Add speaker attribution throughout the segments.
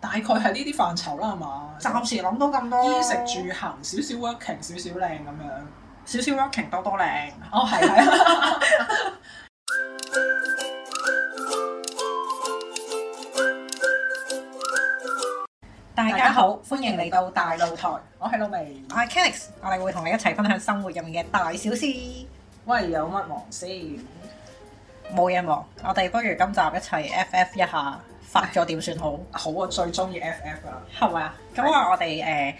Speaker 1: 大概係呢啲範疇啦，係嘛？
Speaker 2: 暫時諗到咁多
Speaker 1: 衣食住行，少少 working，少少靚咁樣。
Speaker 2: 少少 working 多多靚。
Speaker 1: 哦，係 係。
Speaker 2: 大
Speaker 1: 家
Speaker 2: 家
Speaker 1: 好
Speaker 2: 好，歡迎嚟到大露台，
Speaker 1: 我哦係老味。
Speaker 2: 我係 Kelix，我哋會同你一齊分享生活入面嘅大小事。
Speaker 1: 喂，有乜忙先？
Speaker 2: 冇嘢忙，我哋不如今集一齊 FF 一下，發咗點算好？
Speaker 1: 好啊，最中意 FF 啦。
Speaker 2: 係咪啊？咁啊，我哋誒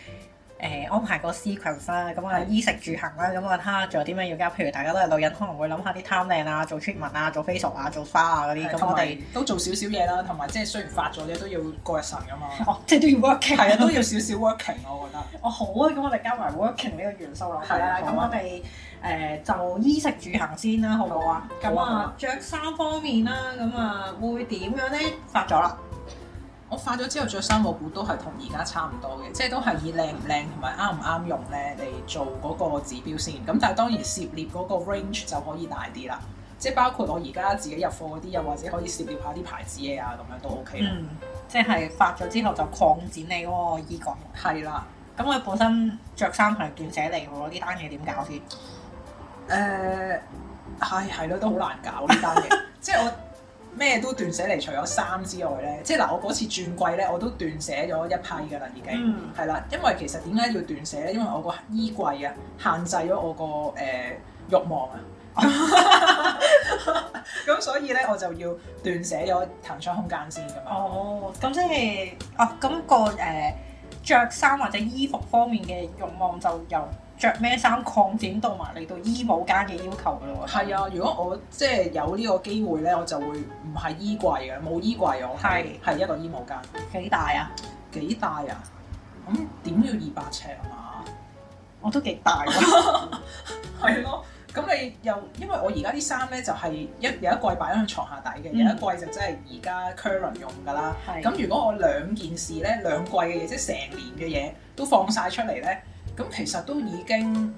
Speaker 2: 誒安排個 sequence 啦，咁啊
Speaker 1: 係
Speaker 2: 衣食住行啦，咁啊睇下仲有啲咩要加，譬如大家都係女人，可能會諗下啲貪靚啊，做 treatment 啊，做 facial 啊，做 spa 啊嗰啲，咁
Speaker 1: 同
Speaker 2: 我
Speaker 1: 埋
Speaker 2: 哋
Speaker 1: 都做少少嘢啦，同埋即係雖然發咗你都要過日神噶 嘛。
Speaker 2: 哦，即係都要 working
Speaker 1: 係啊，都要少少 working，我覺得。
Speaker 2: 哦好啊，咁我哋加埋 working 呢個元素落去啦。
Speaker 1: 係
Speaker 2: 咁
Speaker 1: 好啊
Speaker 2: 我哋誒、呃就衣食住行先啦，好唔好啊？
Speaker 1: 好啊
Speaker 2: 咁
Speaker 1: 好
Speaker 2: 啊
Speaker 1: 啊，
Speaker 2: 着衫方面啦，咁啊會點樣咧？發咗啦，
Speaker 1: 我化咗之後着衫，我估都係同而家差唔多嘅，即係都係以靚唔靚同埋啱唔啱用咧嚟做嗰個指標先。咁但係當然涉獵嗰個 range 就可以大啲啦，即係包括我而家自己入貨嗰啲，又或者可以涉獵下啲牌子嘢啊，咁樣都 OK 啦。
Speaker 2: 嗯，即係發咗之後就擴展你嗰個衣角。
Speaker 1: 係啦、
Speaker 2: 咁佢本身着衫係斷捨離喎，呢單嘢點搞先？
Speaker 1: 誒呃係係咯，都好難搞呢單 嘢。即係我咩都斷捨離，除咗衫之外咧，即係嗱，我嗰次轉季咧，我都斷捨咗一批㗎啦，已經
Speaker 2: 嗯
Speaker 1: 係啦、因為其實點解要斷捨咧？因為我個衣櫃啊，限制咗我個誒、呃、慾望 啊。咁所以咧，我就要斷捨咗騰出空間先㗎嘛。
Speaker 2: 哦，咁即係哦，咁、個誒著衫或者衣服方面嘅慾望就由着咩衫擴展到埋嚟到衣帽間嘅要求㗎咯喎。
Speaker 1: 係啊，如果我即係有呢個機會咧，我就會唔係衣櫃嘅，冇衣櫃啊我
Speaker 2: 係
Speaker 1: 係一個衣帽間。
Speaker 2: 幾大啊？
Speaker 1: 幾大啊？咁點要二百尺啊嘛？
Speaker 2: 我都幾大喎。
Speaker 1: 係咯，咁你又因為我而家啲衫咧就係一有一季擺喺床下底嘅，
Speaker 2: 嗯
Speaker 1: 有一季就真係而家 current 用㗎啦。
Speaker 2: 係咁
Speaker 1: 咁如果我兩件事咧，兩季嘅嘢，即係成年嘅嘢都放晒出嚟咧，咁其實都已經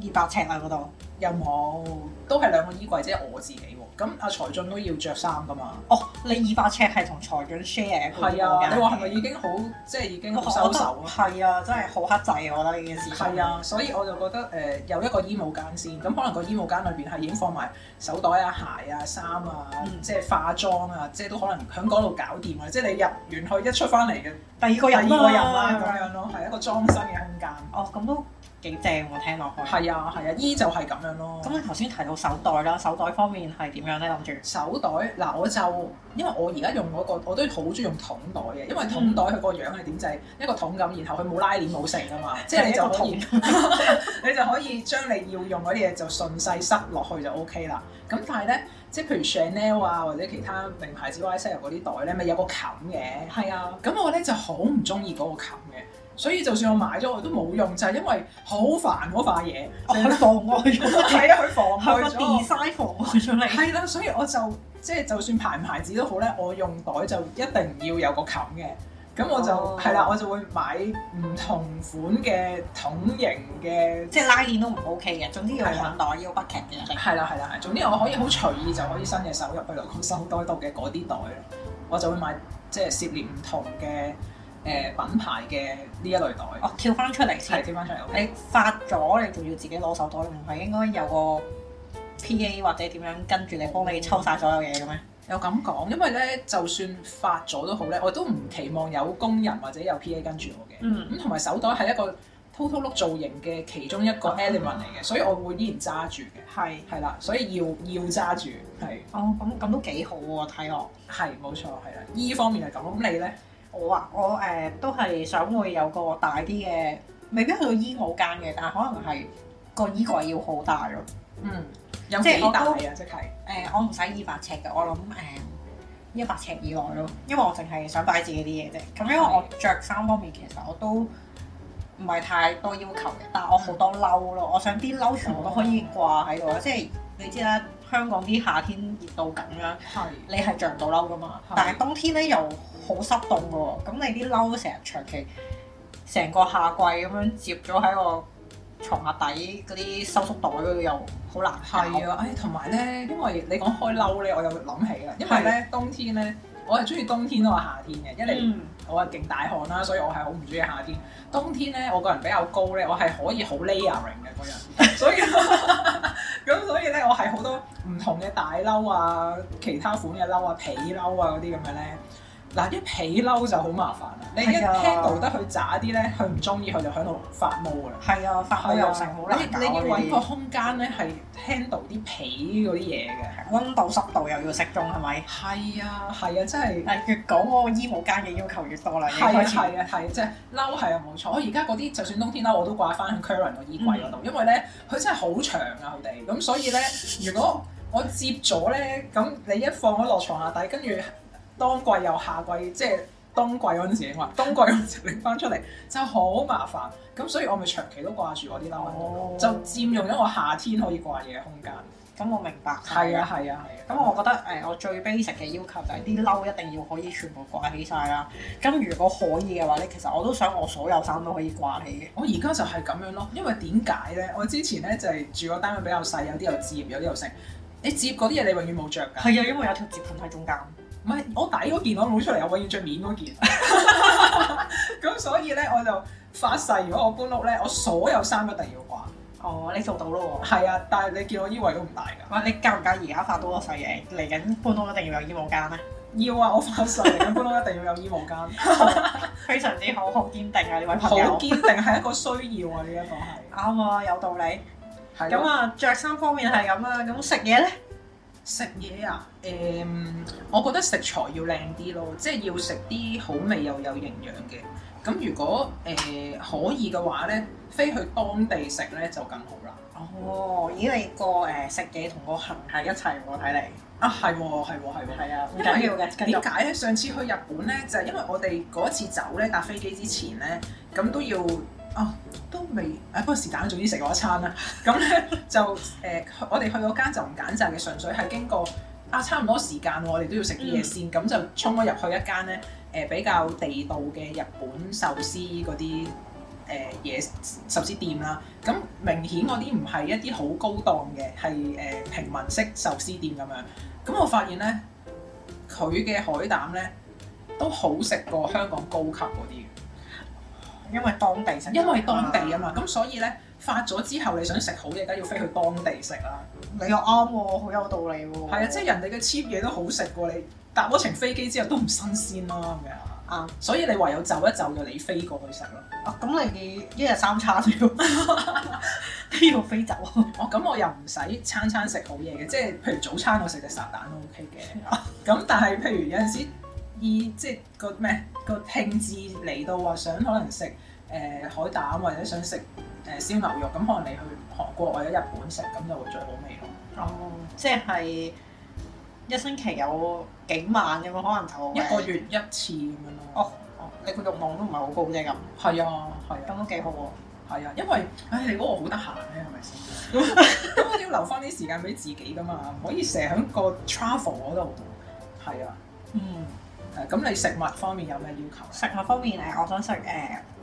Speaker 2: 二百尺啊嗰度。
Speaker 1: 有冇都係兩個衣櫃啫，我自己喎。咁阿財俊都要着衫㗎嘛？
Speaker 2: 哦，你二百尺係同財長 share 一個
Speaker 1: 係啊，
Speaker 2: 空間
Speaker 1: 你話係咪已經好即係已經
Speaker 2: 我
Speaker 1: 好
Speaker 2: 覺
Speaker 1: 收
Speaker 2: 得
Speaker 1: 手啊？
Speaker 2: 係啊，真係好克制啊！我覺得呢件事。
Speaker 1: 係。啊，所以我就覺得誒、呃有一個衣帽間先，咁可能個衣帽間裏邊係已經放埋手袋啊、鞋啊、衫啊，
Speaker 2: 嗯
Speaker 1: 即係化妝啊，即係都可能喺嗰度搞掂啊！即係你入完去一出翻嚟嘅
Speaker 2: 第二個
Speaker 1: 第
Speaker 2: 人
Speaker 1: 二個人啦
Speaker 2: 啦
Speaker 1: 咁
Speaker 2: 咁樣。
Speaker 1: 樣咯，係一個裝身嘅空間。
Speaker 2: 哦，咁都幾正喎，聽落去。
Speaker 1: 係啊係啊，衣就係咁樣咯。
Speaker 2: 咁啊你頭先提到手袋啦，手袋方面係點樣咧？諗住
Speaker 1: 手袋嗱，我就因為我而家用嗰、個，我都好中意用桶袋嘅，因為桶袋佢個樣係點就係一個桶咁，然後佢冇拉鍊冇成噶嘛，即係你就可以你就可以將你要用嗰啲嘢就順勢塞落去就 OK 啦。咁但係咧，即係譬如 Chanel 啊或者其他名牌子 YSL 嗰啲袋咧，咪有個冚嘅。
Speaker 2: 係啊，
Speaker 1: 咁我咧就好唔中意嗰個冚嘅，所以就算我買咗我都冇用，就係、因為好煩嗰塊嘢，
Speaker 2: 我係妨礙咗
Speaker 1: 係啊佢
Speaker 2: 你，
Speaker 1: 妨礙
Speaker 2: 係個
Speaker 1: 咗我
Speaker 2: design 妨礙咗
Speaker 1: 係啦，所以我就即係就算牌唔牌子都好咧，我用袋就一定要有個冚嘅。咁我就
Speaker 2: 哦
Speaker 1: 係啦、我就會買唔同款嘅桶型嘅
Speaker 2: 你，，即係拉鍊都唔 OK 嘅。總之要
Speaker 1: 係啊
Speaker 2: 揾袋，要 bucket 嘅一定。
Speaker 1: 係啦係啦係。總之我可以好隨意就可以伸隻手入去個手袋度嘅嗰啲袋咯，我就會買即係涉獵唔同嘅誒、呃品牌嘅呢一類袋，
Speaker 2: 我哦跳翻出嚟
Speaker 1: 係
Speaker 2: 先，
Speaker 1: 貼翻出嚟 OK。
Speaker 2: 你發咗，你仲要自己攞手袋，唔係應該有個 PA 或者點樣跟住你幫你抽晒所有嘢嘅咩？
Speaker 1: 有咁講，因為咧就算發咗都好咧，我都唔期望有工人或者有 PA 跟住我嘅。
Speaker 2: 嗯
Speaker 1: 咁同埋手袋係一個 total look 造型嘅其中一 個 element 嚟嘅，所以我會依然揸住嘅。
Speaker 2: 係。
Speaker 1: 係啦，所以要要揸住，係
Speaker 2: 哦，咁咁都幾好喎，睇落。
Speaker 1: 係冇錯，係啦。依方面係咁，咁你咧？
Speaker 2: 我啊，我誒、呃都係想會有個大啲嘅，未必去到衣帽間嘅，但係可能係個衣櫃要好大咯。
Speaker 1: 嗯，有
Speaker 2: 即
Speaker 1: 幾
Speaker 2: 係我
Speaker 1: 大
Speaker 2: 都
Speaker 1: 啊？即係
Speaker 2: 誒、我唔使二百尺嘅，我諗誒一百尺以內咯，因為我淨係想擺自己啲嘢啫。咁因為我着衫方面其實我都唔係太多要求嘅，但係我好多褸咯，我想啲褸全部都可以掛喺度啊，即係你知啦，香港啲夏天熱到咁樣，
Speaker 1: 係啊
Speaker 2: 你係着唔到褸噶嘛
Speaker 1: 係，
Speaker 2: 但係冬天咧又好濕凍噶喎，咁你啲褸成日長期成個夏季咁樣接咗喺個床下底嗰啲收縮袋嗰度又好難搞。
Speaker 1: 啊哎係啊！誒，同埋咧，因為你講開褸咧，我又諗起啦，因為咧冬天咧我係中意冬天多過夏天嘅，一嚟。
Speaker 2: 嗯
Speaker 1: 我係勁大汗啦，所以我係好唔中意夏天。冬天咧，我個人比較高咧，我係可以好 layering 嘅個 人，所以 咁所以咧，我係好多唔同嘅大褸啊、其他款嘅褸啊、皮褸啊嗰啲咁嘅咧。嗱，啲皮褸就好麻煩啦，你一
Speaker 2: 係啊
Speaker 1: handle 得佢渣啲咧，佢唔中意佢就喺度發毛㗎啦。
Speaker 2: 係啊，發開又成好難
Speaker 1: 你
Speaker 2: 搞
Speaker 1: 你要
Speaker 2: 啊
Speaker 1: 揾個
Speaker 2: 呢
Speaker 1: 空間咧係 handle 啲皮嗰啲嘢嘅。
Speaker 2: 啲温度濕度又要適中係咪？
Speaker 1: 係啊，係啊，真係。
Speaker 2: 但係越講嗰個衣帽間嘅要求越多啦，已經
Speaker 1: 係啊
Speaker 2: 開始。
Speaker 1: 係啊係啊，即係褸係啊冇錯。我而家嗰啲就算冬天褸我都掛翻去 Curran 個衣櫃嗰度，
Speaker 2: 嗯
Speaker 1: 因為咧佢真係好長啊佢哋，咁所以咧如果我接咗咧，咁你一放咗落床下底，跟住當季又夏季，即係冬季嗰陣時你話，冬季嗰陣時拎翻出嚟就好麻煩。咁所以我咪長期都掛住我啲褸喺度，
Speaker 2: 哦，
Speaker 1: 就佔用咗我夏天可以掛嘢嘅空間。
Speaker 2: 咁我明白。
Speaker 1: 係啊。係啊係
Speaker 2: 咁
Speaker 1: 啊，
Speaker 2: 我覺得誒、我最 basic 嘅要求就係啲褸一定要可以全部掛起晒啦。咁如果可以嘅話咧，其實我都想我所有衫都可以掛起嘅。
Speaker 1: 我而家就係咁樣咯，因為點解咧？我之前咧就係、住個單位比較細，有啲又摺，有啲又剩。你摺嗰啲嘢你永遠冇着㗎，
Speaker 2: 係啊，因為有條接盤喺中間。
Speaker 1: 唔係我底嗰件我攞出嚟，我永遠着面嗰件。 咁所以咧我就發誓，如果我搬屋咧，我所有衫一定要掛。
Speaker 2: 哦，你做到咯喎！
Speaker 1: 係啊，但係你見我衣櫃都唔大㗎。
Speaker 2: 哇，你介唔介意而家發到個細嘢？嚟緊搬屋一定要有衣帽間咧，
Speaker 1: 要啊，我發誓嚟緊搬屋一定要有衣帽 間，
Speaker 2: 非常之好，好堅定啊！呢位
Speaker 1: 好
Speaker 2: 朋友
Speaker 1: 堅。定係一個需要啊！呢、一個係
Speaker 2: 啱啊，有道理。
Speaker 1: 係
Speaker 2: 咁
Speaker 1: 咁啊，
Speaker 2: 啊，着衫方面係咁啊，咁食嘢咧，
Speaker 1: 食嘢啊，誒、我覺得食材要靚啲咯，即係要食啲好味又有營養嘅。咁如果誒、可以嘅話咧，飛去當地食咧就更好啦。
Speaker 2: 哦，咦，你個誒食嘢同個行係一齊喎，睇嚟。
Speaker 1: 啊，係喎，係喎，係喎。
Speaker 2: 係啊，唔
Speaker 1: 因為
Speaker 2: 緊要嘅，繼
Speaker 1: 點
Speaker 2: 續。
Speaker 1: 解咧？上次去日本咧，就係、因為我哋嗰次走咧，搭飛機之前咧，咁都要啊，都未啊，不過是但，總之食過一餐啦。咁咧 就誒、去我哋去嗰間就唔揀擇嘅，純粹係經過啊，差唔多時間喎，我哋都要食啲嘢先，咁、就衝咗入去一間咧誒、比較地道嘅日本壽司嗰啲。誒嘢壽司店啦，咁明顯嗰啲唔係一啲好高檔嘅，係誒、平民式壽司店咁樣。咁我發現咧，佢嘅海膽咧都好食過香港高級嗰啲嘅，
Speaker 2: 因為當地食，
Speaker 1: 因為當地啊嘛，咁所以咧發咗之後，你想食好嘢，梗係要飛去當地食啦。
Speaker 2: 你又啱喎，好有道理喎。
Speaker 1: 係啊，即係人哋嘅 cheap 嘢都好食過你搭咗程飛機之後都唔新鮮啦咁樣。
Speaker 2: 啱
Speaker 1: 所以你唯有就一就就你飛過去食咯。
Speaker 2: 啊咁你一日三餐都要都要飛走。
Speaker 1: 我哦咁我又唔使餐餐食好嘢嘅，即係譬如早餐我食隻烚蛋都 OK 嘅。咁但係譬如有陣時以即係個咩個興致嚟到話想可能食誒、呃海膽或者想食誒、呃、燒牛肉，咁可能你去韓國或者日本食咁就會最好味咯。
Speaker 2: 哦，即係一星期有幾晚咁樣，啊可能就
Speaker 1: 一個。月一次咁樣咯。
Speaker 2: 哦，哦你個欲望都唔係好高啫咁，
Speaker 1: 係啊，係啊，
Speaker 2: 咁都幾好喎。
Speaker 1: 係啊，因為唉，你嗰個好得閒咧，係咪 先？咁咁我要留翻啲時間俾自己噶嘛，唔可以成日喺個 travel 嗰度。係啊。
Speaker 2: 嗯。
Speaker 1: 誒咁你食物方面有咩要求？
Speaker 2: 食物方面誒，我想食誒、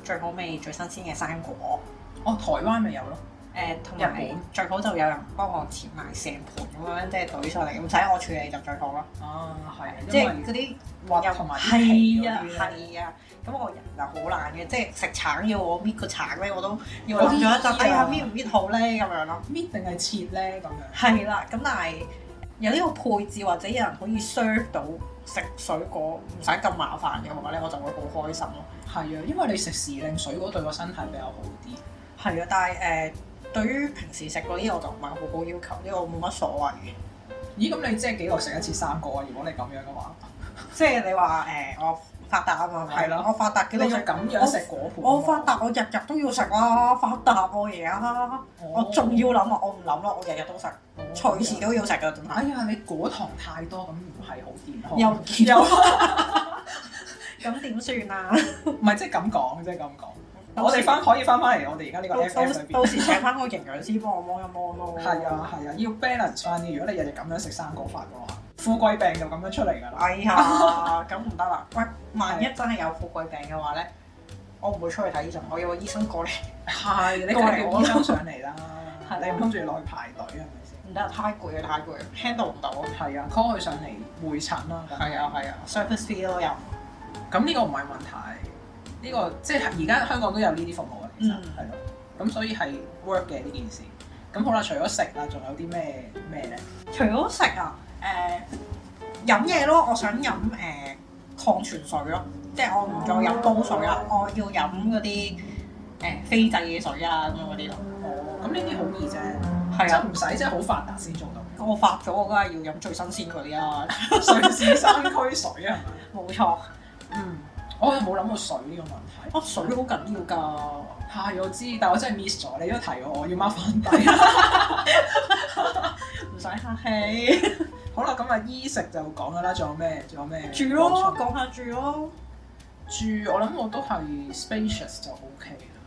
Speaker 2: 最好味、最新鮮嘅生果，
Speaker 1: 哦，台灣咪有咯，
Speaker 2: 誒同
Speaker 1: 日
Speaker 2: 埋
Speaker 1: 本
Speaker 2: 最好就有人幫我切埋成盤咁樣，即係懟上嚟，唔使我處理就最好咯。
Speaker 1: 啊
Speaker 2: 即
Speaker 1: 係，因
Speaker 2: 係
Speaker 1: 為
Speaker 2: 嗰啲
Speaker 1: 核
Speaker 2: 又
Speaker 1: 同埋啲皮
Speaker 2: 係
Speaker 1: 嗰
Speaker 2: 啊
Speaker 1: 啲咧
Speaker 2: 係啊，咁我人就好懶嘅，即係食橙要我搣個橙咧，我都要
Speaker 1: 嗰
Speaker 2: 諗
Speaker 1: 啲
Speaker 2: 咗一陣，哎呀
Speaker 1: 啊
Speaker 2: 搣唔搣好咧咁樣咯。
Speaker 1: 搣定係切咧咁樣。
Speaker 2: 係啦，咁但係有呢個配置或者有人可以 serve 到食水果，唔使咁麻煩嘅話咧，我就會好開心咯。
Speaker 1: 係啊，因為你食時令水果對個身體比較好啲。
Speaker 2: 係啊，但係誒、對於平時食嗰啲我就唔係好高要求，呢個我冇乜所謂嘅。
Speaker 1: 咦，咁你即係幾耐食一次生果啊？如果你咁樣嘅話，
Speaker 2: 即係你話誒、我發達啊嘛，
Speaker 1: 係啦
Speaker 2: 我發達幾
Speaker 1: 你
Speaker 2: 多
Speaker 1: 要
Speaker 2: 食？
Speaker 1: 咁樣食果盤喎。
Speaker 2: 我發達，我日日都要食啊！發達我而家，我
Speaker 1: 哦，
Speaker 2: 仲要諗啊！我唔諗啦，我日日都食，
Speaker 1: 哦
Speaker 2: 隨時。都要食啊噶，真
Speaker 1: 哎
Speaker 2: 係。
Speaker 1: 呀，你果糖太多咁唔係好健康。
Speaker 2: 又唔健康
Speaker 1: 又
Speaker 2: 咁點算啊？
Speaker 1: 唔係即係咁講，即係咁講。我哋翻可以翻翻嚟我哋而家呢個
Speaker 2: 到
Speaker 1: F F
Speaker 2: 到
Speaker 1: 裏邊
Speaker 2: 到。時請翻個營養師幫我摸一摸咯。
Speaker 1: 係啊係啊，要 balance 翻啲。如果你日日咁樣食生果法嘅話，富貴病就咁樣出嚟㗎啦。
Speaker 2: 哎 呀，咁唔得啦！喂，萬一真係有富貴病嘅話咧，我唔會出去睇醫生，我要個醫生過嚟。
Speaker 1: 係，你梗
Speaker 2: 過嚟
Speaker 1: 係
Speaker 2: 我
Speaker 1: 叫醫生上嚟啦
Speaker 2: 係啊，
Speaker 1: 你唔通仲要落去排隊係咪先？啊
Speaker 2: 嗯，唔得，太攰啊，太攰啊，handle 唔到啊。
Speaker 1: 係啊，call 佢上嚟會診啦。咁
Speaker 2: 係啊係啊，service fee 咯又，
Speaker 1: 咁呢個唔係問題，呢、個即係而家香港都有呢啲服務啊，其實
Speaker 2: 嗯
Speaker 1: 係咯。咁、所以係 work 嘅呢件事。咁好啦，除咗食啦，仲有啲咩咩咧？
Speaker 2: 除咗食啊，誒、飲嘢咯，我想飲誒、礦泉水咯，即係我唔再飲煲水啦，我要飲嗰啲誒非製嘅水啊咁樣嗰啲咯。
Speaker 1: 哦，咁呢啲好易啫，
Speaker 2: 係
Speaker 1: 即係
Speaker 2: 啊，
Speaker 1: 唔使即係好發達先做到。
Speaker 2: 我發咗我梗係要飲最新鮮嗰啲啦，
Speaker 1: 瑞士山區水啊，係咪？
Speaker 2: 冇錯。
Speaker 1: 嗯，我又冇諗過水呢個問題。
Speaker 2: 啊，水好緊要㗎，
Speaker 1: 係，我知，但我真係 miss 咗。你都提我，我要 mark 翻低。
Speaker 2: 唔使客氣。
Speaker 1: 好啦，咁啊，衣食就講㗎啦，仲有咩？仲有咩？
Speaker 2: 住咯，講下住咯。
Speaker 1: 住我諗我都係 spacious 就 OK 啦。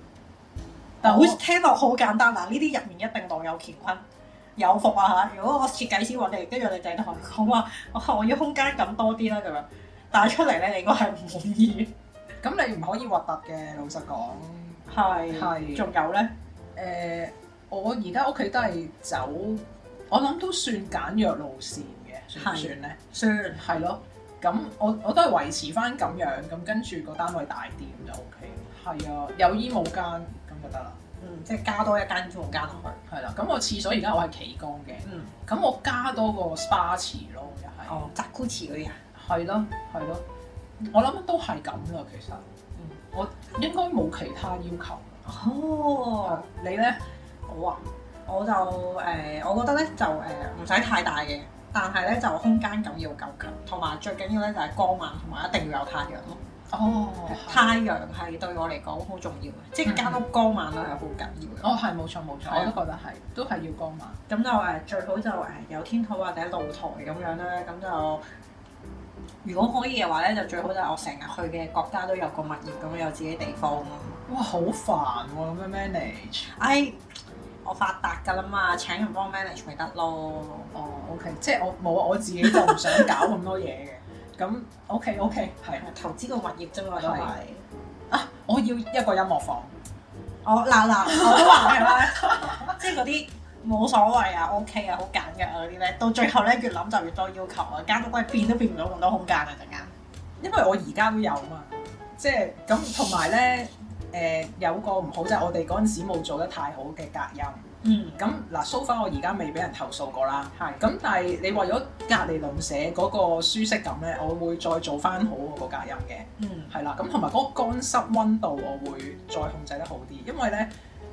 Speaker 2: 但
Speaker 1: 但
Speaker 2: 好
Speaker 1: 我
Speaker 2: 聽落好簡單嗱，呢啲入面一定當有乾坤有伏啊嚇！如果我設計師揾你，跟住你就同佢講話， 我我要空間感多啲啦咁樣，但係出嚟咧，你應該係唔滿意。
Speaker 1: 咁你唔可以核突嘅，老實講。
Speaker 2: 係
Speaker 1: 係
Speaker 2: 仲有咧，
Speaker 1: 誒、我而家屋企都係走，我諗都算簡約路線嘅，算唔算咧？
Speaker 2: 算
Speaker 1: 係咯，咁我我都係維持翻咁樣，咁跟住個單位大啲咁就 OK。係啊，有衣冇間咁就得啦。
Speaker 2: 嗯，即係加多一間房間落去。
Speaker 1: 係啦，咁我廁所而家我係企缸嘅，
Speaker 2: 嗯，
Speaker 1: 咁我加多個 SPA 池咯，又係。
Speaker 2: 哦，扎古池嗰啲啊，
Speaker 1: 係咯，係咯，我諗都係咁啦，其實，嗯我應該冇其他要求。
Speaker 2: 哦，
Speaker 1: 你咧？
Speaker 2: 我啊，我就誒、呃我覺得咧就誒唔使太大嘅，但係咧就空間感要夠強，同埋最緊要咧就係光猛，同埋一定要有太陽咯。
Speaker 1: 哦，係，嗯
Speaker 2: 太陽係對我嚟講好重要嘅，即係間屋光猛咧係好緊要嘅。
Speaker 1: 哦係冇錯冇錯，
Speaker 2: 係啊
Speaker 1: 我都覺得係，都係要光猛。
Speaker 2: 咁就誒最好就誒有天台或者露台咁樣啦。咁就如果可以嘅話咧，就最好就係我成日去嘅國家都有個物業咁樣有自己地方咯。
Speaker 1: 哇，好煩喎，咁樣 manage。
Speaker 2: 唉，我發達㗎啦嘛，請人幫我 manage 咪得咯。
Speaker 1: 哦，OK，即係我冇啊我自己就唔想搞咁多嘢嘅。咁 OK OK 係
Speaker 2: 投資個物業啫嘛，都係
Speaker 1: 係。啊，我要一個音樂房。
Speaker 2: 我哦嗱嗱，我都話係啦， 即係嗰啲冇所謂啊，OK 啊，好簡約啊嗰啲咧，到最後咧越諗就越多要求啊，間屋咧變都變唔到咁多空間啊，陣間。
Speaker 1: 因為我而家都有嘛，即係咁同埋咧，誒、有個唔好就係、我哋嗰陣時冇做得太好嘅隔音。
Speaker 2: 嗯，
Speaker 1: 咁嗱，so far 我而家未俾人投訴過啦。
Speaker 2: 係
Speaker 1: 咁但係你為咗隔離鄰舍嗰個舒適感咧，我會再做翻好嗰個隔音嘅，
Speaker 2: 嗯，
Speaker 1: 係啦。咁同埋嗰個乾濕温度，我會再控制得好啲，因為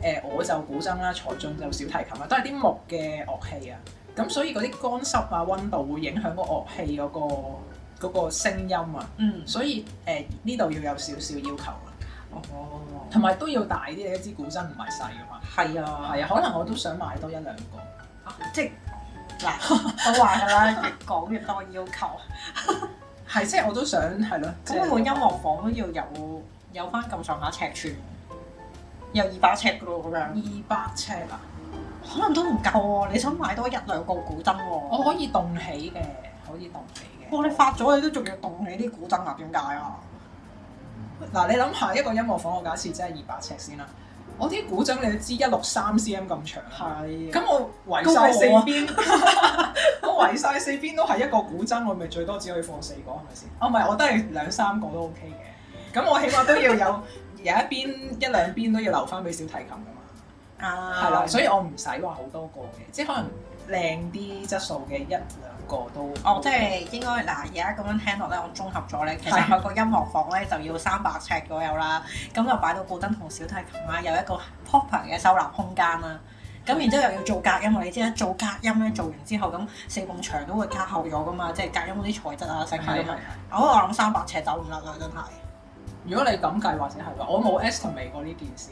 Speaker 1: 咧誒、我就古箏啦，財進就小提琴啦，都係啲木嘅樂器啊。咁所以嗰啲乾濕啊温度會影響個樂器嗰、個嗰、個聲音啊。
Speaker 2: 嗯，
Speaker 1: 所以誒呢度要有少少要求啦，
Speaker 2: 哦，
Speaker 1: 同埋都要大啲。你一支古箏唔係細噶嘛，
Speaker 2: 係啊，
Speaker 1: 係啊，可能我都想買多一兩個。
Speaker 2: 啊即係嗱，都話㗎啦，越講越多要求。
Speaker 1: 係，即係我都想係咯。即
Speaker 2: 咁
Speaker 1: 係
Speaker 2: 個音樂房都要有有翻咁上下尺寸，有二百尺㗎咯咁樣，
Speaker 1: 二百尺啊，
Speaker 2: 可能都唔夠喎。你想買多一兩個古箏喎？
Speaker 1: 我可以動起嘅，可以動起嘅。
Speaker 2: 哇！你發咗你都仲要動起啲古箏啊？點解啊？
Speaker 1: 嗱，你諗下一個音樂房，我假設真係二百尺先啦。我啲古箏你都知一六三 cm 咁長啦，
Speaker 2: 係咁
Speaker 1: 咁我圍
Speaker 2: 都
Speaker 1: 晒
Speaker 2: 係
Speaker 1: 四
Speaker 2: 我啊
Speaker 1: 邊， 我圍晒四邊都係一個古箏，我咪最多只可以放四個係咪先？哦，唔係，我都係兩三個都 OK 嘅。咁我起碼都要有 有一邊一兩邊都要留翻俾小提琴噶嘛，
Speaker 2: 啊，
Speaker 1: 係啦，所以我唔使話好多個嘅，即係可能靚啲質素嘅一兩個都
Speaker 2: 哦，即係應該嗱，而家咁樣聽落咧，我綜合咗咧，其實
Speaker 1: 係
Speaker 2: 佢個音樂房咧就要三百尺左右啦，咁就擺到古箏同小提琴啦，有一個 proper 嘅收納空間啦。咁然之後又要做隔音啊！你知啦，做隔音咧做完之後咁四埲牆都會加厚咗噶嘛，即係隔音嗰啲材質啊，成係
Speaker 1: 係
Speaker 2: 咁樣
Speaker 1: 係。
Speaker 2: 我我諗三百尺走唔甩啦，真係。
Speaker 1: 如果你咁計或者係話，我冇 estimate 過呢件事。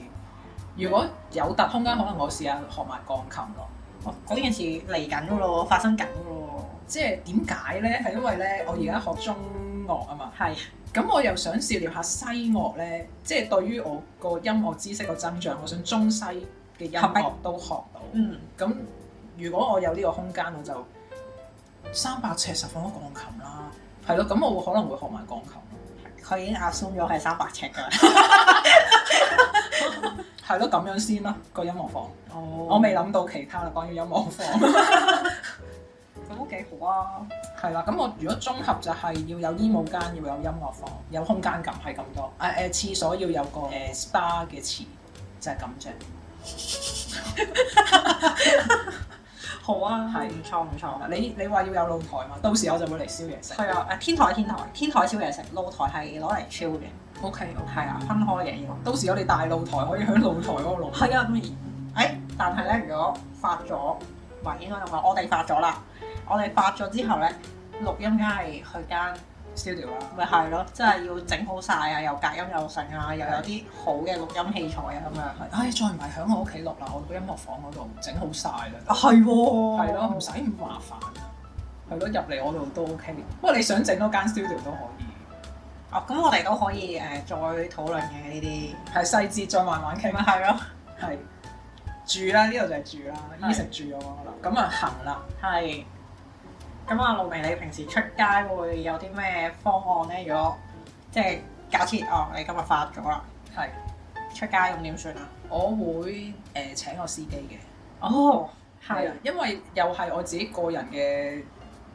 Speaker 1: 如果有突空間，可能我試下學埋鋼琴咯。
Speaker 2: 哦嗰件事嚟緊噶咯，發生緊噶咯。
Speaker 1: 即係點解咧？係因為咧，我而家學中樂啊嘛，
Speaker 2: 係。
Speaker 1: 咁我又想涉獵下西樂咧，即係對於我個音樂知識個增長，我想中西嘅音
Speaker 2: 合璧
Speaker 1: 樂都學到。
Speaker 2: 嗯。
Speaker 1: 咁如果我有呢個空間，我就三百尺實放咗鋼琴啦。係咯，咁我會可能會學埋鋼琴。
Speaker 2: 佢已經 assume 咗係三百尺㗎啦，
Speaker 1: 係咯，咁樣先啦個音樂房。
Speaker 2: 哦
Speaker 1: 我未諗到其他啦，關於音樂房
Speaker 2: 咁都幾好啊！
Speaker 1: 係啦。咁我如果綜合就係要有醫務間，要有音樂房，有空間感係咁多。誒、誒，廁所要有個誒、SPA 呃嘅池，就係咁啫。
Speaker 2: 好啊，
Speaker 1: 係
Speaker 2: 唔錯唔錯。
Speaker 1: 你你話要有露台嘛？到時我就會嚟燒嘢食。
Speaker 2: 係啊，誒天台天台天台燒嘢食，露台係攞嚟 chill 嘅，
Speaker 1: O K，
Speaker 2: 係啊，分開嘅要。
Speaker 1: 到時我哋大露台可以喺露台嗰個露台。
Speaker 2: 係啊，咁而誒，但係咧，如果發咗，唔係應該咁講，我哋發咗啦，我哋發咗之後咧，錄音梗係去間
Speaker 1: 燒掉啦。
Speaker 2: 咪係咯，即係要整好晒啊，又隔音又剩啊，又有啲好嘅錄音器材啊咁樣。
Speaker 1: 係唉，再唔係喺我屋企錄啦，我個音樂房嗰度整好晒啦。
Speaker 2: 係喎
Speaker 1: 係咯，唔使咁麻煩。係咯，入嚟我度都 OK。不過你想整多間 studio 都可以，
Speaker 2: 哦，咁我哋都可以誒、再討論嘅呢
Speaker 1: 係細節再慢慢
Speaker 2: 啲，
Speaker 1: 傾
Speaker 2: 咪
Speaker 1: 啦。
Speaker 2: 係咯，
Speaker 1: 係住啦，呢度就係住啦，
Speaker 2: 係
Speaker 1: 衣食住我覺得。咁啊行啦，
Speaker 2: 係。咁啊，露媚，你平時出街會有啲咩方案咧？如果即係假設哦，你今日發咗啦，
Speaker 1: 係
Speaker 2: 出街咁點算啊？
Speaker 1: 我會誒、呃、請個司機嘅。
Speaker 2: 哦，
Speaker 1: 係啊，因為又係我自己個人嘅，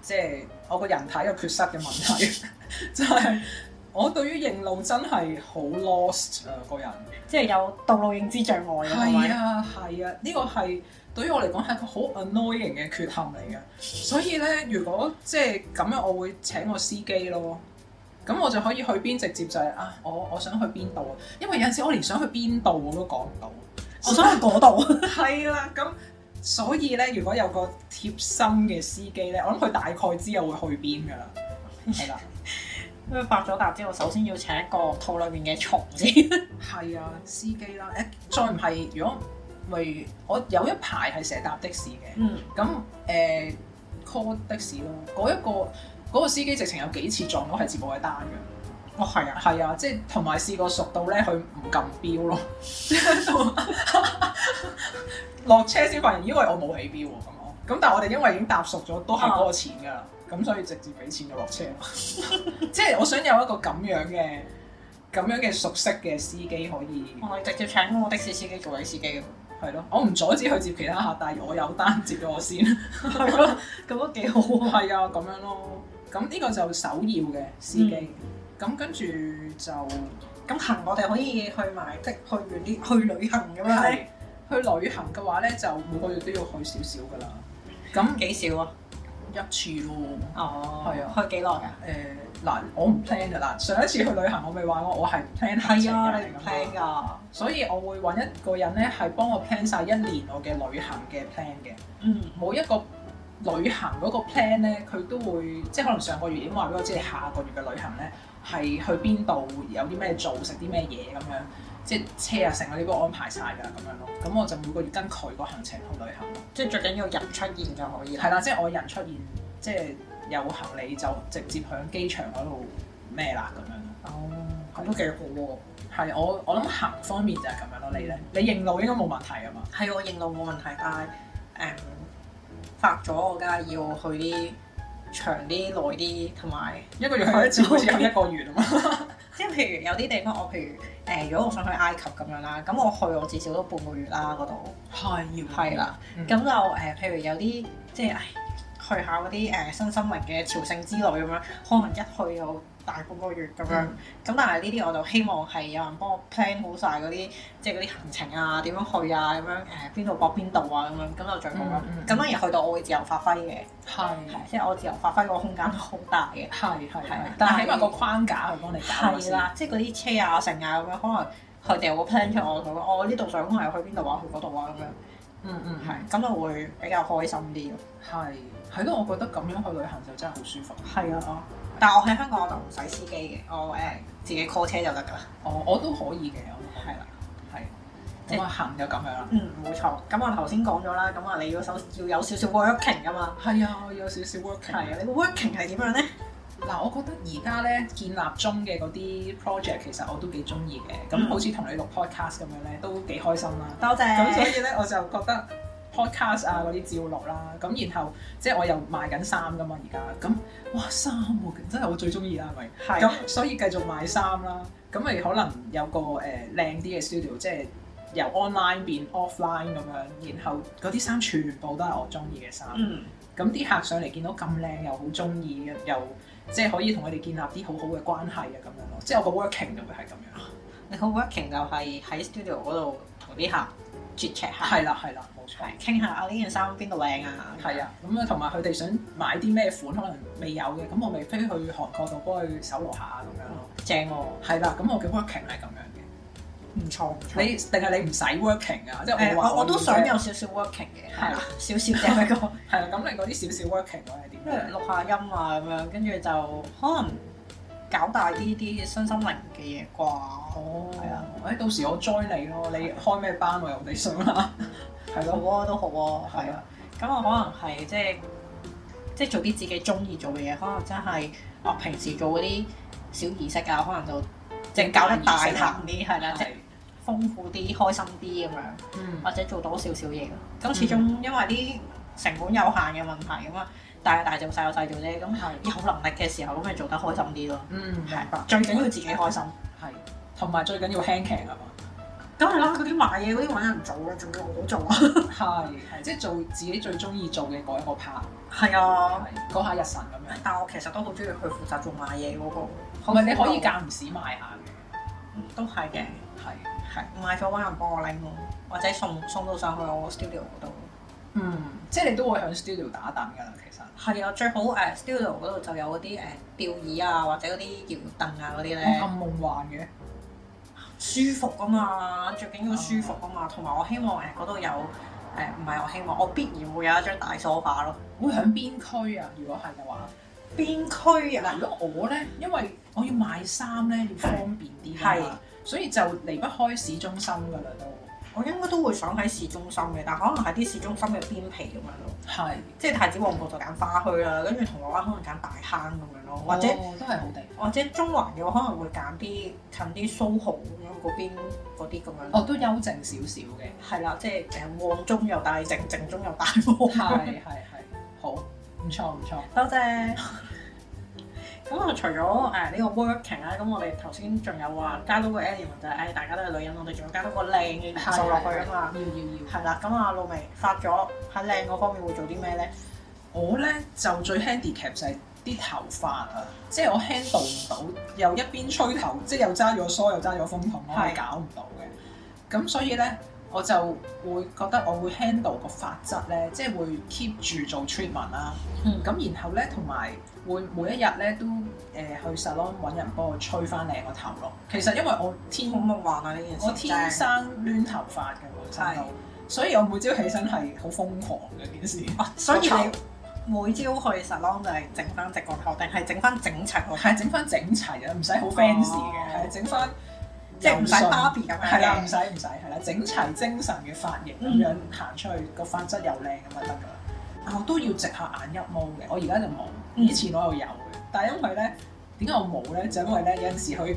Speaker 1: 即係我個人體嘅缺失嘅問題， 就
Speaker 2: 啊
Speaker 1: 係我對於認路真係好 lost 啊個人。
Speaker 2: 即係有道路認知障礙嘅，係
Speaker 1: 係
Speaker 2: 咪？
Speaker 1: 啊係啊，呢個係對於我嚟講係一個好 annoying 嘅缺陷嚟嘅。所以咧，如果即係咁樣，我會請個司機咯。咁我就可以去邊直接就係、啊，我我想去邊度啊，因為有陣時我連想去邊度我都講唔到。
Speaker 2: 我想去嗰度，
Speaker 1: 係啦，咁所以咧，如果有個貼心嘅司機咧，我諗佢大概知我會去邊噶啦，係 啦，
Speaker 2: 因為發咗達之後，首先要請一個肚裏面嘅蟲先。
Speaker 1: 係啊，司機啦，誒，再唔係如果咪我有一排係成日搭的士嘅，
Speaker 2: 嗯，
Speaker 1: 咁誒、call 的士咯，嗰一個嗰、個司機直情有幾次撞到係接我嘅單嘅。
Speaker 2: 哦係啊，
Speaker 1: 係啊，即係同埋試過熟到咧，佢唔撳錶咯， 即係喺度落車先發現，因為我冇起錶喎咁咯。咁但係我哋因為已經搭熟咗，都係嗰個錢㗎啦，咁所以直接俾錢就落車咯。 即係我想有一個咁樣嘅咁樣嘅熟悉嘅司機可以
Speaker 2: 我哋直接請個的士司機做你司機嘅。
Speaker 1: 係咯，我唔阻止佢接其他客，但係我有單接咗我先。
Speaker 2: 係咯， 咁都幾好啊。
Speaker 1: 係啊，咁樣咯。咁呢個就首要嘅司機。
Speaker 2: 嗯
Speaker 1: 咁跟住就。
Speaker 2: 咁行我哋可以去埋，即係去遠啲去旅行咁啊樣
Speaker 1: 係
Speaker 2: 咧。
Speaker 1: 去旅行嘅話咧，就每個月都要去少少噶啦。咁
Speaker 2: 幾少啊？
Speaker 1: 一次咯。
Speaker 2: 哦
Speaker 1: 係啊
Speaker 2: 去幾耐㗎？
Speaker 1: 誒嗱、我唔 plan 㗎嗱，上一次去旅行我咪話我我係唔 plan 行
Speaker 2: 係
Speaker 1: 程
Speaker 2: 啊，
Speaker 1: 嘅
Speaker 2: 你唔
Speaker 1: 咁
Speaker 2: plan
Speaker 1: 樣
Speaker 2: 㗎。
Speaker 1: 所以我會揾一個人咧係幫我 plan 晒一年我嘅旅行嘅 plan 嘅，
Speaker 2: 嗯，
Speaker 1: 每一個。旅行嗰個 plan 咧，佢都會即係可能上個月已經話俾我知，你下個月嘅旅行咧係去邊度，有啲咩做，食啲咩嘢咁樣，即係車啊、成啊，你幫我安排晒㗎咁樣咯。咁我就每個月跟佢個行程去旅行。
Speaker 2: 即係最緊要人出現就可以啦。
Speaker 1: 係啦，即係我人出現，即係有行李就直接響機場嗰度咩啦咁樣。
Speaker 2: 哦，咁都幾好喎。
Speaker 1: 係我我諗行方面就係咁樣咯，你咧你認路應該冇問題啊嘛。
Speaker 2: 係我認路冇問題，但係誒、嗯發咗我梗係要去啲長啲、耐啲，同埋
Speaker 1: 一個月去一次，好似有一個月啊嘛。
Speaker 2: 即係譬如有啲地方我譬如誒、如果我想去埃及咁樣啦，咁我去我至少都半個月啦嗰度，
Speaker 1: 係要
Speaker 2: 係啦，
Speaker 1: 嗯
Speaker 2: 咁就誒、譬如有啲即係唉去下嗰啲呃誒新生活嘅朝聖之旅咁樣，可能一去就大半個月咁樣，咁、
Speaker 1: 嗯
Speaker 2: 但係呢啲我就希望係有人幫我 plan 好晒嗰啲即係嗰啲行程啊，點樣去啊，咁樣誒邊度搏邊度啊，咁樣咁就最好啦
Speaker 1: 嗯嗯。
Speaker 2: 咁、當然去到我會自由發揮嘅，
Speaker 1: 係
Speaker 2: 係即係我自由發揮個空間都好大嘅。
Speaker 1: 係係
Speaker 2: 係
Speaker 1: 係
Speaker 2: 啊，
Speaker 1: 但係起碼個框架去幫你搞咗
Speaker 2: 係
Speaker 1: 先。
Speaker 2: 啦，即係嗰啲車啊、成啊咁樣，可能佢哋會 plan 出我同我我呢度想係去邊度啊，去嗰度啊咁樣，
Speaker 1: 嗯嗯係
Speaker 2: 係咁就會比較開心啲咯。
Speaker 1: 係係咯，我覺得咁樣去旅行就真係好舒服。
Speaker 2: 係啊，但係我喺香港我就唔使司機嘅，我誒、自己 call 車就得㗎啦。
Speaker 1: 我我都可以嘅，我
Speaker 2: 係啦，
Speaker 1: 係咁啊行就咁樣啦。
Speaker 2: 嗯，冇錯。咁我頭先講咗啦，咁啊你要首要有少少 working 㗎嘛。
Speaker 1: 係啊，我有少少 working
Speaker 2: 係啊，你個 working 係點樣咧？
Speaker 1: 嗱，我覺得而家咧建立中嘅嗰啲 project 其實我都幾中意嘅，咁、
Speaker 2: 嗯
Speaker 1: 好似同你錄 podcast 咁樣咧都幾開心啦。
Speaker 2: 多謝。
Speaker 1: 咁、所以咧我就覺得 podcast 啊嗰啲照錄啦，咁然後即係我又賣緊衫噶嘛而家，咁哇衫喎真係我最中意啦，係咪？呃
Speaker 2: 係
Speaker 1: 咁所以繼續賣衫啦，咁咪可能有個誒靚啲嘅 studio，即係由 online 變 offline 咁樣，然後嗰啲衫全部都係我中意嘅衫。
Speaker 2: 嗯，
Speaker 1: 咁啲客上嚟見到咁靚又好中意嘅，又即係可以同佢哋建立啲好好嘅關係啊咁樣咯。即係我個 working 就會係咁樣。
Speaker 2: 你個 working 就係喺 studio 嗰度同啲客 chat chat 下，
Speaker 1: 係啦係啦，冇錯。
Speaker 2: 係傾下啊呢件衫邊度靚啊，
Speaker 1: 係啊，咁啊同埋佢哋想買啲咩款，可能未有嘅，咁我咪飛去韓國度幫佢搜羅下咁樣咯。
Speaker 2: 正喎，
Speaker 1: 係啦，咁我嘅 working 係咁樣
Speaker 2: 唔錯唔
Speaker 1: 嘅。你定係你唔使 working 啊？即係
Speaker 2: 誒
Speaker 1: 我話
Speaker 2: 我我都想
Speaker 1: 要啫
Speaker 2: 有少少 working 嘅，
Speaker 1: 係啦，
Speaker 2: 少少嘅不過。
Speaker 1: 係啦，咁你嗰啲少少 working 會係點
Speaker 2: 因為
Speaker 1: 咧？
Speaker 2: 錄下音啊咁樣，跟住就可能搞大啲啲身心靈嘅嘢啩。
Speaker 1: 哦，
Speaker 2: 係啊，
Speaker 1: 誒到時我 join 你咯，你開咩班我又你上啦， 係咯，
Speaker 2: 好啊，都好啊，係
Speaker 1: 係啊。
Speaker 2: 啊咁我可能係即係即係做啲自己中意做嘅嘢，可能真係我平時做嗰啲小儀式啊，可能就即係搞得大壇啲，係啦，即係
Speaker 1: 係，
Speaker 2: 豐富啲、開心啲咁樣，
Speaker 1: 嗯，
Speaker 2: 或者做多少少嘢咯。咁始終因為啲成本有限嘅問題啊嘛，大有大做，細有細做啫。咁
Speaker 1: 係，
Speaker 2: 有能力嘅時候，咁咪做得開心啲咯。
Speaker 1: 嗯，明白，
Speaker 2: 最緊要自己開心。
Speaker 1: 係，同埋最緊要輕騎啊嘛，
Speaker 2: 梗係啦，嗰啲賣嘢嗰啲揾人做啦，仲要我做啊。
Speaker 1: 係係，即係做自己最中意做嘅嗰一個 part，
Speaker 2: 係啊，
Speaker 1: 係嗰下日神咁樣，
Speaker 2: 但我其實都好中意去負責做賣嘢嗰個。
Speaker 1: 同埋你可以間唔時賣下嘅，
Speaker 2: 都係嘅，
Speaker 1: 係，
Speaker 2: 係賣咗揾人幫我拎咯，或者送送到上去我 studio 嗰度。
Speaker 1: 嗯，即係你都會喺 studio 打躉㗎啦，其實，
Speaker 2: 係啊，最好誒、studio 嗰度就有嗰啲誒吊椅啊，或者嗰啲搖凳啊嗰啲咧，
Speaker 1: 咁夢幻嘅，
Speaker 2: 舒服啊嘛，最緊要舒服啊嘛，同埋我希望誒嗰度有誒，唔係我希望，我必然會有一張大 sofa 咯。
Speaker 1: 會喺邊區啊？如果係嘅話，
Speaker 2: 邊區啊
Speaker 1: 嗱，？如果我咧，因為我要買衫咧，要方便啲㗎嘛，所以就離不開市中心㗎啦都。
Speaker 2: 我應該都會想喺市中心嘅，但可能喺啲市中心嘅邊皮咁樣咯，
Speaker 1: 係，
Speaker 2: 即係太子旺角就揀花墟啦，跟住銅鑼灣可能揀大坑咁樣咯，或者、
Speaker 1: 哦都係好地方。
Speaker 2: 或者中環嘅話可能會揀啲近啲蘇豪咁樣嗰邊嗰啲咁樣
Speaker 1: 哦，
Speaker 2: 咯，
Speaker 1: 都幽靜少少嘅。
Speaker 2: 係啦、即係誒旺中又大靜，靜中又大旺，
Speaker 1: 係係係，好，唔錯唔錯。
Speaker 2: 多謝。咁啊，除咗誒呢個 working 啦，咁我哋頭先仲有話加多個 element 就係、誒大家都係女人，我哋仲要加多個靚嘅元素落去啊嘛。
Speaker 1: 要要要。
Speaker 2: 係啦，咁啊，露媚發咗喺靚嗰方面會做啲咩咧？
Speaker 1: 我咧就最 handicap 就係啲頭髮啊，即係我 handle 唔到，又一邊吹頭，即係又揸咗梳又揸咗風筒，我係
Speaker 2: 係
Speaker 1: 搞唔到嘅。咁所以咧，我就會覺得我會 handle 個髮質咧，即係會 keep 住做 treatment 啦。
Speaker 2: 嗯
Speaker 1: 咁然後咧，同埋會每一日咧都誒、呃去 salon 揾人幫我吹翻靚個頭咯。其實因為我天
Speaker 2: 好夢幻啊呢件事，
Speaker 1: 我天生攣頭髮嘅本身都，所以我每朝起身係好瘋狂嘅件事。
Speaker 2: 啊，所以你每朝去 salon 就係整翻直個頭，定係整翻整齊個頭，
Speaker 1: 哦係整翻整齊啊，唔使好 fancy
Speaker 2: 哦
Speaker 1: 嘅，係整翻
Speaker 2: 即係唔使
Speaker 1: 柔順
Speaker 2: Barbie 咁樣嘅
Speaker 1: 啊係啦，唔使唔使係啦，整齊精神嘅髮型咁樣行出去，個髮質又靚咁就得㗎啦。啊我都要直下眼一毛嘅，我而家就冇，
Speaker 2: 嗯
Speaker 1: 以前我又有嘅，但係因為咧點解我冇咧？就因為咧有陣時佢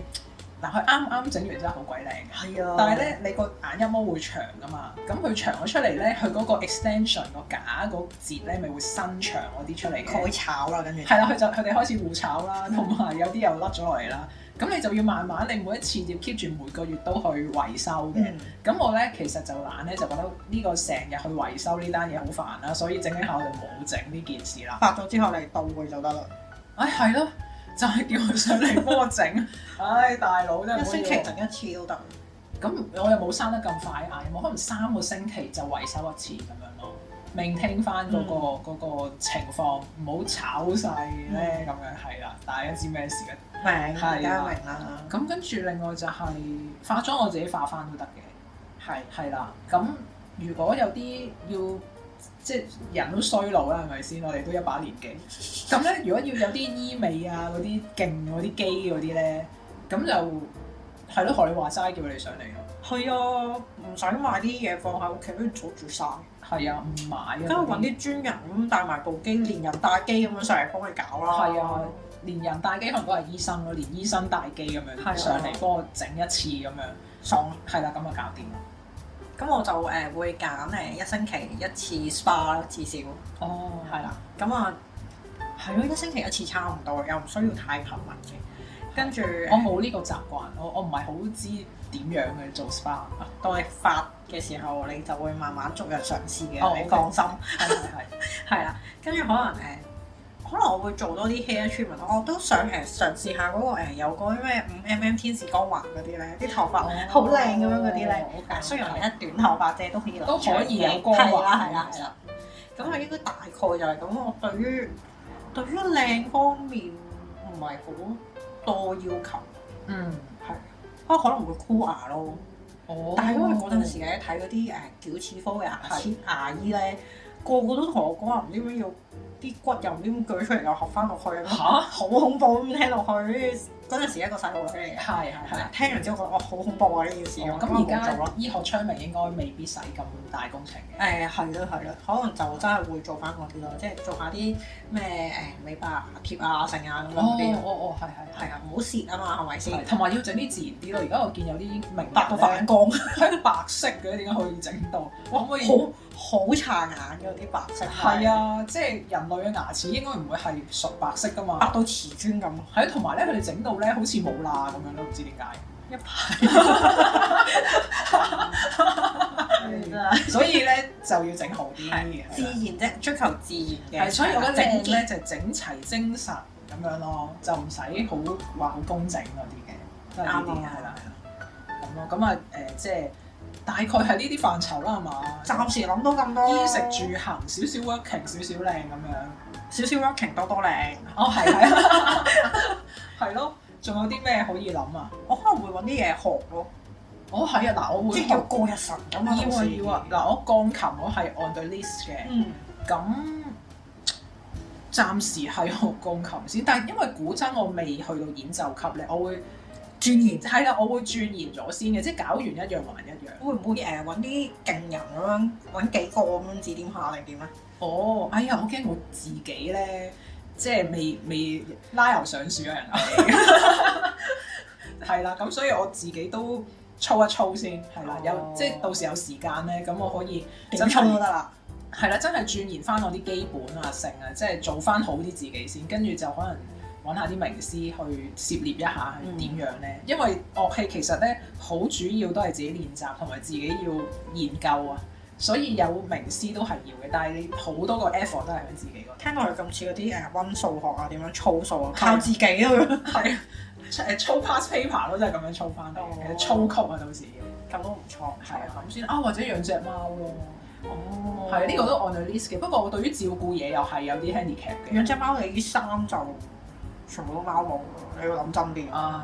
Speaker 1: 嗱佢啱啱整完真係好鬼靚嘅。
Speaker 2: 係啊
Speaker 1: 但係，咧，你個眼一毛會長噶嘛，咁佢長咗出嚟咧，佢嗰個 extension 個架嗰節咧，咪會伸長嗰啲出嚟
Speaker 2: 佢會
Speaker 1: 嘅。
Speaker 2: 炒啦，跟住
Speaker 1: 係啦，佢就佢哋開始互炒啦，同埋有啲又甩咗落嚟啦。咁你就要慢慢，你每一次要 keep 住每個月都去維修嘅。
Speaker 2: 嗯
Speaker 1: 咁、我咧其實就懶咧，就覺得呢個成日去維修呢單嘢好煩啦，所以整整下我就冇整呢件事啦。
Speaker 2: 發咗之後你到會就得啦，
Speaker 1: 唉、係咯，就係、叫佢上嚟幫我整。 唉、大佬真係
Speaker 2: 一
Speaker 1: 唔好
Speaker 2: 星
Speaker 1: 要
Speaker 2: 期
Speaker 1: 我
Speaker 2: 整一次都得。
Speaker 1: 咁我又冇生得咁快啊，有冇可能三個星期就維修一次咁樣咯？maintain 翻嗰個
Speaker 2: 嗯
Speaker 1: 嗰、個情況，唔好炒晒咧
Speaker 2: 嗯
Speaker 1: 咁樣係啦。大家知咩事嘅？
Speaker 2: 明，大家明啦，
Speaker 1: 咁跟住另外就係、化妝，我自己化翻都得嘅，
Speaker 2: 係
Speaker 1: 係啦。咁如果有啲要即係人都衰老啦，係咪先？我哋都一把年紀， 咁咧如果要有啲醫美啊嗰啲勁嗰啲肌嗰啲咧，咁就係咯，學你話齋叫佢哋上嚟咯。
Speaker 2: 係啊，唔使買啲嘢放喺屋企，跟住儲住晒。
Speaker 1: 係啊，唔買啊，
Speaker 2: 跟住揾啲專人咁帶埋部機，連人帶機咁樣上嚟幫佢搞啦。
Speaker 1: 係啊連人帶機可能都係醫生咯，連醫生帶機咁
Speaker 2: 係啊
Speaker 1: 樣上嚟幫我整一次咁樣，
Speaker 2: 爽
Speaker 1: 係啦，咁就搞掂啦。
Speaker 2: 咁我就誒、呃、會揀誒一星期一次 SPA 啦，至少係
Speaker 1: 哦係啦，
Speaker 2: 啦。咁啊，係咯，一星期一次差唔多，又唔需要太頻密嘅。跟住
Speaker 1: 我冇呢個習慣，我我唔係好知點樣去做 SPA。
Speaker 2: 當你發嘅時候，你就會慢慢逐日嘗試嘅，
Speaker 1: 哦
Speaker 2: 你放心。
Speaker 1: 係係係，
Speaker 2: 係啦，跟住可能誒、呃可能我會做多啲 hair treatment，我都想誒、呃、嘗試下嗰、個、呃、有嗰啲咩五 mm 天使光環嗰啲咧，啲頭髮好靚咁樣嗰啲咧。
Speaker 1: 哦
Speaker 2: 誒、
Speaker 1: ，OK，
Speaker 2: 啊雖然我而家短頭髮啫，都可以留
Speaker 1: 都可以
Speaker 2: 長嘅
Speaker 1: 有啊光環
Speaker 2: 係啦係啦係啦。咁佢應該大概就係咁。我對於對於靚方面唔係好多要求，
Speaker 1: 嗯，
Speaker 2: 不過可能會箍牙咯。
Speaker 1: 哦
Speaker 2: 但係因為嗰陣時咧睇嗰啲誒矯齒科嘅牙齒牙醫咧，個個都同我講話唔知點樣要啲骨又唔知點鋸出嚟又合翻落去咁，
Speaker 1: 嚇，
Speaker 2: 好恐怖咁聽落去。嗰陣時一個細路女
Speaker 1: 係
Speaker 2: 嚟嘅，
Speaker 1: 係
Speaker 2: 係
Speaker 1: 係
Speaker 2: 啊。聽完之後覺得哇好恐怖啊呢件事，
Speaker 1: 哦
Speaker 2: 我
Speaker 1: 咁而
Speaker 2: 冇做
Speaker 1: 家
Speaker 2: 咯。
Speaker 1: 醫學昌明應該未必使咁大工程嘅。
Speaker 2: 誒係咯係咯，可能就真係會做翻嗰啲咯，即係做下啲咩誒美白牙貼啊、剩啊咁樣嗰啲。
Speaker 1: 哦哦，係係
Speaker 2: 係啊，唔好蝕啊嘛，係咪
Speaker 1: 係。
Speaker 2: 先？
Speaker 1: 同埋要整啲自然啲咯，而家我見有啲明
Speaker 2: 白
Speaker 1: 白
Speaker 2: 到
Speaker 1: 到
Speaker 2: 反
Speaker 1: 反
Speaker 2: 光，
Speaker 1: 係白色嘅，點解可以整到？哇可唔可以？
Speaker 2: 好好撐眼嗰啲白色。
Speaker 1: 係，啊，即係人類嘅牙齒應該唔會係純白色噶嘛。
Speaker 2: 白到瓷磚咁。
Speaker 1: 係啊，同埋咧，佢哋整到咧好似冇罅咁樣咯，唔知點解。
Speaker 2: 一排，真
Speaker 1: 所以咧就要整好啲。
Speaker 2: 係自
Speaker 1: 啊係啦
Speaker 2: 然啫，追求自然嘅。
Speaker 1: 係，所以我覺得
Speaker 2: 靚
Speaker 1: 整咧就整齊精神咁樣咯，就唔使好話好工整嗰啲嘅，都係呢啲
Speaker 2: 啱啊
Speaker 1: 係啦係啦。咁咯，咁啊誒，即係大概係呢啲範疇啦，係嘛？
Speaker 2: 暫時諗到咁多，
Speaker 1: 衣食住行少少 working 少少靚咁樣。
Speaker 2: 少少 working 多多靚。
Speaker 1: 哦， 係係係咯，仲有啲咩可以諗啊？
Speaker 2: 我可能會揾啲嘢學咯，
Speaker 1: 哦，係啊，嗱，我會
Speaker 2: 即係
Speaker 1: 學
Speaker 2: 叫過日神咁啊。
Speaker 1: 要
Speaker 2: 到
Speaker 1: 啊
Speaker 2: 時
Speaker 1: 要啊，嗱，我鋼琴我係 on the list 嘅。
Speaker 2: 嗯，
Speaker 1: 咁暫時係學鋼琴先，但係因為古箏我未去到演奏級咧，我會
Speaker 2: 鑽研
Speaker 1: 係啦，我會鑽研咗先嘅，即係搞完一樣還一樣。
Speaker 2: 會唔會誒揾啲勁人咁樣揾幾個咁樣指點下定點啊？
Speaker 1: 哦，哎呀，我驚我自己咧，即係未未拉油上樹啊嘅人嚟， 係啦，咁所以我自己都操一操先，係啦，有、
Speaker 2: 哦
Speaker 1: 即係到時有時間咧，咁我可以
Speaker 2: 點衝啊都得啦。
Speaker 1: 係啦，真係鑽研翻我啲基本啊、性啊，即係做翻好啲自己先，跟住就可能揾下啲名師去涉獵一下係點樣咧。因為樂器其實咧好主要都係自己練習同埋自己要研究啊，所以有名師都係要嘅。但係你好多個 effort 都係喺自己嗰度。
Speaker 2: 聽落去咁似嗰啲誒温數學啊，點樣操數啊，
Speaker 1: 係
Speaker 2: 靠自己咯。
Speaker 1: 係 啊，誒操 past paper 咯，都係咁樣操翻嚟嘅，
Speaker 2: 哦
Speaker 1: 操曲啊到時要。
Speaker 2: 咁都唔錯，
Speaker 1: 係啊，咁先啊，或者養只貓咯。
Speaker 2: 哦
Speaker 1: 係呢、個都 on the list 嘅，不過我對於照顧嘢又係有啲 handicap 嘅。
Speaker 2: 養只貓，你啲衫就全部都貓毛，你要諗真啲。
Speaker 1: 唉，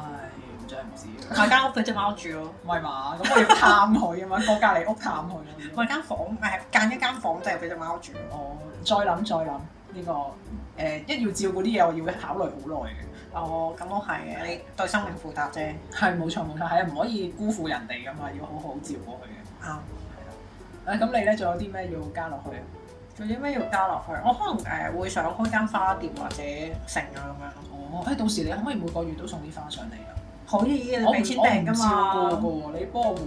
Speaker 1: 真係唔知啊。
Speaker 2: 買間屋俾只貓住咯，
Speaker 1: 唔係嘛？咁我要探佢啊嘛，過隔離屋探佢啊咯。
Speaker 2: 買間房誒間一間房就係俾只貓住。
Speaker 1: 我哦再諗再諗呢個誒、一要照顧啲嘢，我要考慮好耐嘅。
Speaker 2: 哦，咁都係嘅，你對生命負責啫。
Speaker 1: 係冇錯冇錯，係啊唔可以辜負人哋噶嘛，要好好照顧佢嘅。
Speaker 2: 啱。
Speaker 1: 誒咁你咧仲有啲咩要加落去啊？
Speaker 2: 做啲咩要加落去？我可能誒、會想開間花店或者成啊咁樣咯。
Speaker 1: 哦，誒到時你可唔可以每個月都送啲花上嚟啊？
Speaker 2: 可以，
Speaker 1: 我
Speaker 2: 你
Speaker 1: 唔我
Speaker 2: 俾
Speaker 1: 唔
Speaker 2: 錢
Speaker 1: 照
Speaker 2: 訂
Speaker 1: 顧
Speaker 2: 㗎嘛。
Speaker 1: 嘅喎，你幫我換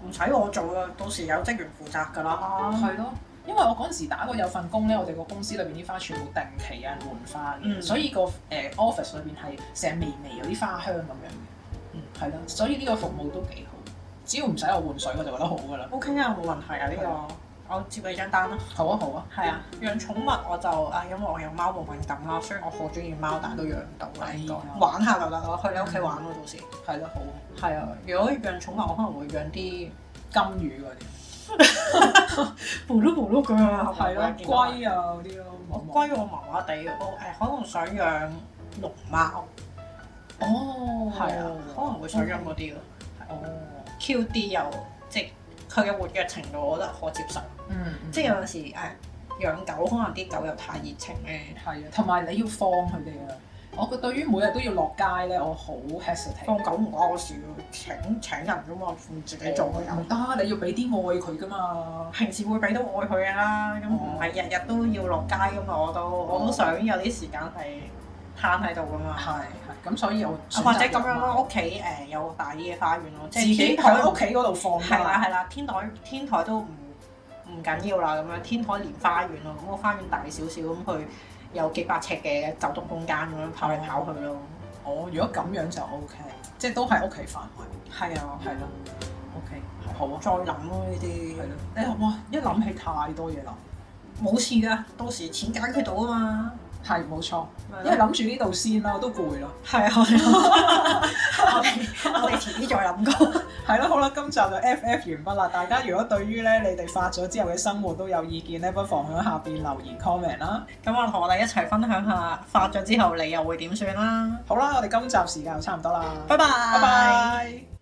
Speaker 2: 唔使我做啊，到時有職員負責㗎啦。
Speaker 1: 嘅喎。係咯。因為我嗰陣時打過有份工咧，我哋個公司裏邊啲花全部定期有人換花嘅，
Speaker 2: 嗯
Speaker 1: 所以個誒、office 呃裏邊係成微微有啲花香咁樣嘅。
Speaker 2: 嗯
Speaker 1: 係咯，所以呢個服務都幾好，只要唔使我換水我就覺得好噶啦。
Speaker 2: O K 啊，冇問題啊呢、個。我接你張單啦。
Speaker 1: 好啊好啊，
Speaker 2: 係啊，養寵物我就啊，因為我有貓毛敏感啦，雖然啊我好中意貓，但係都養唔到啦，應該
Speaker 1: 哎呀
Speaker 2: 玩下就得啦，去你屋企玩咯，到時。
Speaker 1: 係咯好啊，
Speaker 2: 係啊，如果養寵物，我可能會養 啲
Speaker 1: 金魚嗰啲，
Speaker 2: 咕嚕咕嚕咁樣係
Speaker 1: 係
Speaker 2: 咯
Speaker 1: 咯，
Speaker 2: 龜。
Speaker 1: 龜啊嗰啲咯，
Speaker 2: 我
Speaker 1: 冇
Speaker 2: 龜我麻麻地，我誒可能想養龍貓，
Speaker 1: 哦
Speaker 2: 係啊，可能會想養嗰啲咯
Speaker 1: 哦，
Speaker 2: ，Q 啲又即係佢嘅活躍程度，我覺得可接受。
Speaker 1: 嗯，
Speaker 2: 即
Speaker 1: 即
Speaker 2: 係有陣時誒養狗，可能啲狗又太熱情咧，
Speaker 1: 係啊，同埋你要放佢哋啊。我個對於每日都要落街咧，我好 hesitate。
Speaker 2: 放狗唔關我事喎，請請人㗎嘛，唔自己做嘅有
Speaker 1: 唔。得，你要俾啲愛佢噶嘛。
Speaker 2: 平時會俾到愛佢嘅啦，咁
Speaker 1: 哦
Speaker 2: 唔係日日都要落街噶嘛，我都我都想有啲時間係攤喺度噶嘛。
Speaker 1: 係係，咁所以我
Speaker 2: 啊或者咁樣咯，，屋企誒有個大啲嘅花園咯，即
Speaker 1: 自
Speaker 2: 係
Speaker 1: 己
Speaker 2: 天台
Speaker 1: 喺屋企嗰度放
Speaker 2: 係啦
Speaker 1: 啦。
Speaker 2: 係啦，天台天台都唔唔緊要啦，咁樣天台連花園咯，咁個花園大少少，咁佢有幾百尺嘅走動空間咁樣跑嚟跑去咯。
Speaker 1: 哦，如果咁樣就 O、k 即係都係屋企範圍。
Speaker 2: 係啊，
Speaker 1: 係咯，O K，
Speaker 2: 好啊，再諗咯
Speaker 1: 係
Speaker 2: 呢啲，
Speaker 1: 咯。你哇，一諗起太多嘢諗，
Speaker 2: 冇事㗎，到時錢解決到啊嘛，
Speaker 1: 係冇錯。
Speaker 2: 咪
Speaker 1: 因
Speaker 2: 咯
Speaker 1: 為諗住呢度先啦，我都攰啦。
Speaker 2: 係啊， 我哋我哋遲啲再諗過。
Speaker 1: 係咯，好啦，今集就 FF 完畢啦。大家如果對於咧你哋發咗之後嘅生活都有意見咧，不妨喺下邊留言 comment 啦。
Speaker 2: 咁啊，同我哋一齊分享下發咗之後你又會點算啦。
Speaker 1: 好啦，我哋今集時間就差唔多啦，
Speaker 2: 拜拜，
Speaker 1: 拜拜。